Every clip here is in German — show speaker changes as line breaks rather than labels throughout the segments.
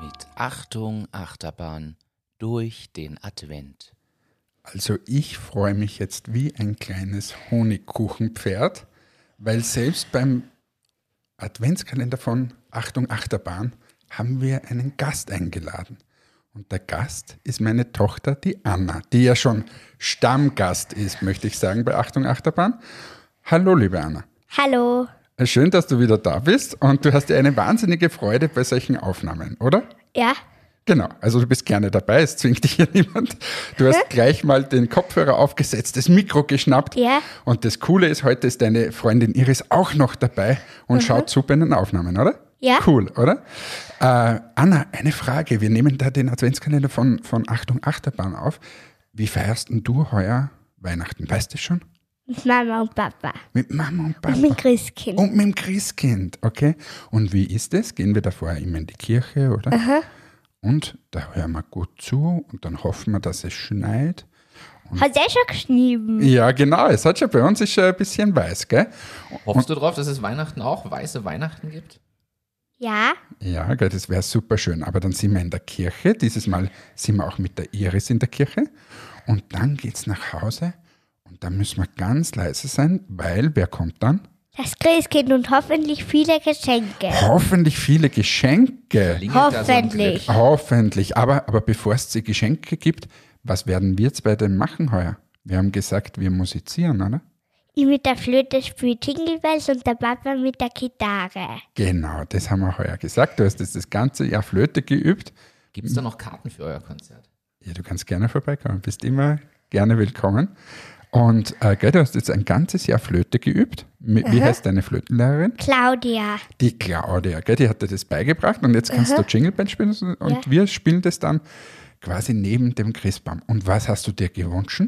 Mit Achtung Achterbahn durch den Advent.
Also ich freue mich jetzt wie ein kleines Honigkuchenpferd, weil selbst beim Adventskalender von Achtung Achterbahn haben wir einen Gast eingeladen. Und der Gast ist meine Tochter, die Anna, die ja schon Stammgast ist, möchte ich sagen, bei Achtung Achterbahn. Hallo, liebe Anna.
Hallo.
Schön, dass du wieder da bist und du hast ja eine wahnsinnige Freude bei solchen Aufnahmen, oder?
Ja,
Genau, also du bist gerne dabei, es zwingt dich ja niemand. Du hast gleich mal den Kopfhörer aufgesetzt, das Mikro geschnappt.
Ja.
Und das Coole ist, heute ist deine Freundin Iris auch noch dabei und schaut zu bei den Aufnahmen, oder?
Mhm. Ja.
Cool, oder? Äh, Anna, eine Frage. Wir nehmen da den Adventskalender von, von Achtung Achterbahn auf. Wie feierst denn du heuer Weihnachten? Weißt du schon?
mit Mama und Papa.
Mit Mama und Papa.
Und mit Christkind.
Und mit dem Christkind, okay? Und wie ist es? Gehen wir da vorher immer in die Kirche, oder? Und da hören wir gut zu und dann hoffen wir, dass es schneit.
Hat er schon geschnieben?
Ja, genau, es hat schon bei uns ist schon ein bisschen weiß, gell?
Hoffst du drauf, dass es Weihnachten auch weiße Weihnachten gibt?
Ja.
Ja, gell, das wäre super schön. Aber dann sind wir in der Kirche. Dieses Mal sind wir auch mit der Iris in der Kirche. Und dann geht's nach Hause und dann müssen wir ganz leise sein, weil wer kommt dann?
Das Christkind und hoffentlich viele Geschenke.
Hoffentlich viele Geschenke.
Klingelt da so ein
Hoffentlich.
Glöckchen?
Hoffentlich. Aber, aber bevor es die Geschenke gibt, was werden wir zwei denn machen heuer? Wir haben gesagt, wir musizieren, oder?
Ich mit der Flöte spiele Jingle Bells und der Papa mit der Gitarre.
Genau, das haben wir heuer gesagt. Du hast jetzt das ganze Jahr Flöte geübt.
Gibt es da noch Karten für euer Konzert?
Ja, du kannst gerne vorbeikommen. Bist immer gerne willkommen. Und äh, gell, du hast jetzt ein ganzes Jahr Flöte geübt. Mi- Wie heißt deine Flötenlehrerin?
Claudia.
Die Claudia, gell, die hat dir das beigebracht und jetzt kannst du Jingle Band spielen und
Ja.
wir spielen das dann quasi neben dem Christbaum. Und was hast du dir gewünscht?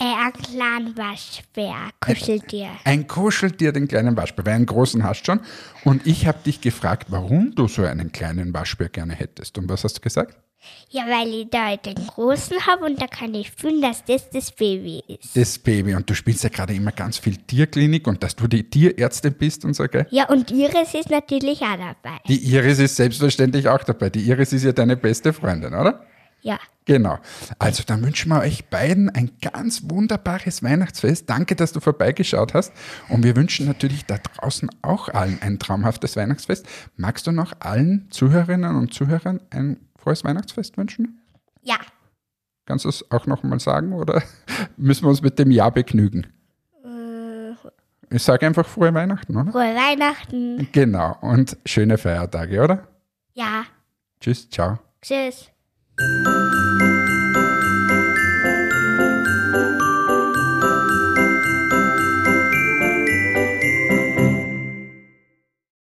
Äh, ein klein Waschbär. Kuscheltier.
Ein Kuscheltier, den kleinen Waschbär, weil einen großen hast schon. Und ich habe dich gefragt, warum du so einen kleinen Waschbär gerne hättest. Und was hast du gesagt?
Ja, weil ich da halt den großen habe und da kann ich fühlen, dass das das Baby ist.
Das Baby. Und du spielst ja gerade immer ganz viel Tierklinik und dass du die Tierärztin bist und so, gell?
Ja, und Iris ist natürlich auch dabei.
Die Iris ist selbstverständlich auch dabei. Die Iris ist ja deine beste Freundin, oder?
Ja.
Genau. Also dann wünschen wir euch beiden ein ganz wunderbares Weihnachtsfest. Danke, dass du vorbeigeschaut hast. Und wir wünschen natürlich da draußen auch allen ein traumhaftes Weihnachtsfest. Magst du noch allen Zuhörerinnen und Zuhörern ein frohes Weihnachtsfest wünschen?
Ja.
Kannst du es auch nochmal sagen oder müssen wir uns mit dem Ja begnügen? Ich sage einfach frohe Weihnachten, oder?
Frohe Weihnachten.
Genau. Und schöne Feiertage, oder?
Ja.
Tschüss, ciao.
Tschüss.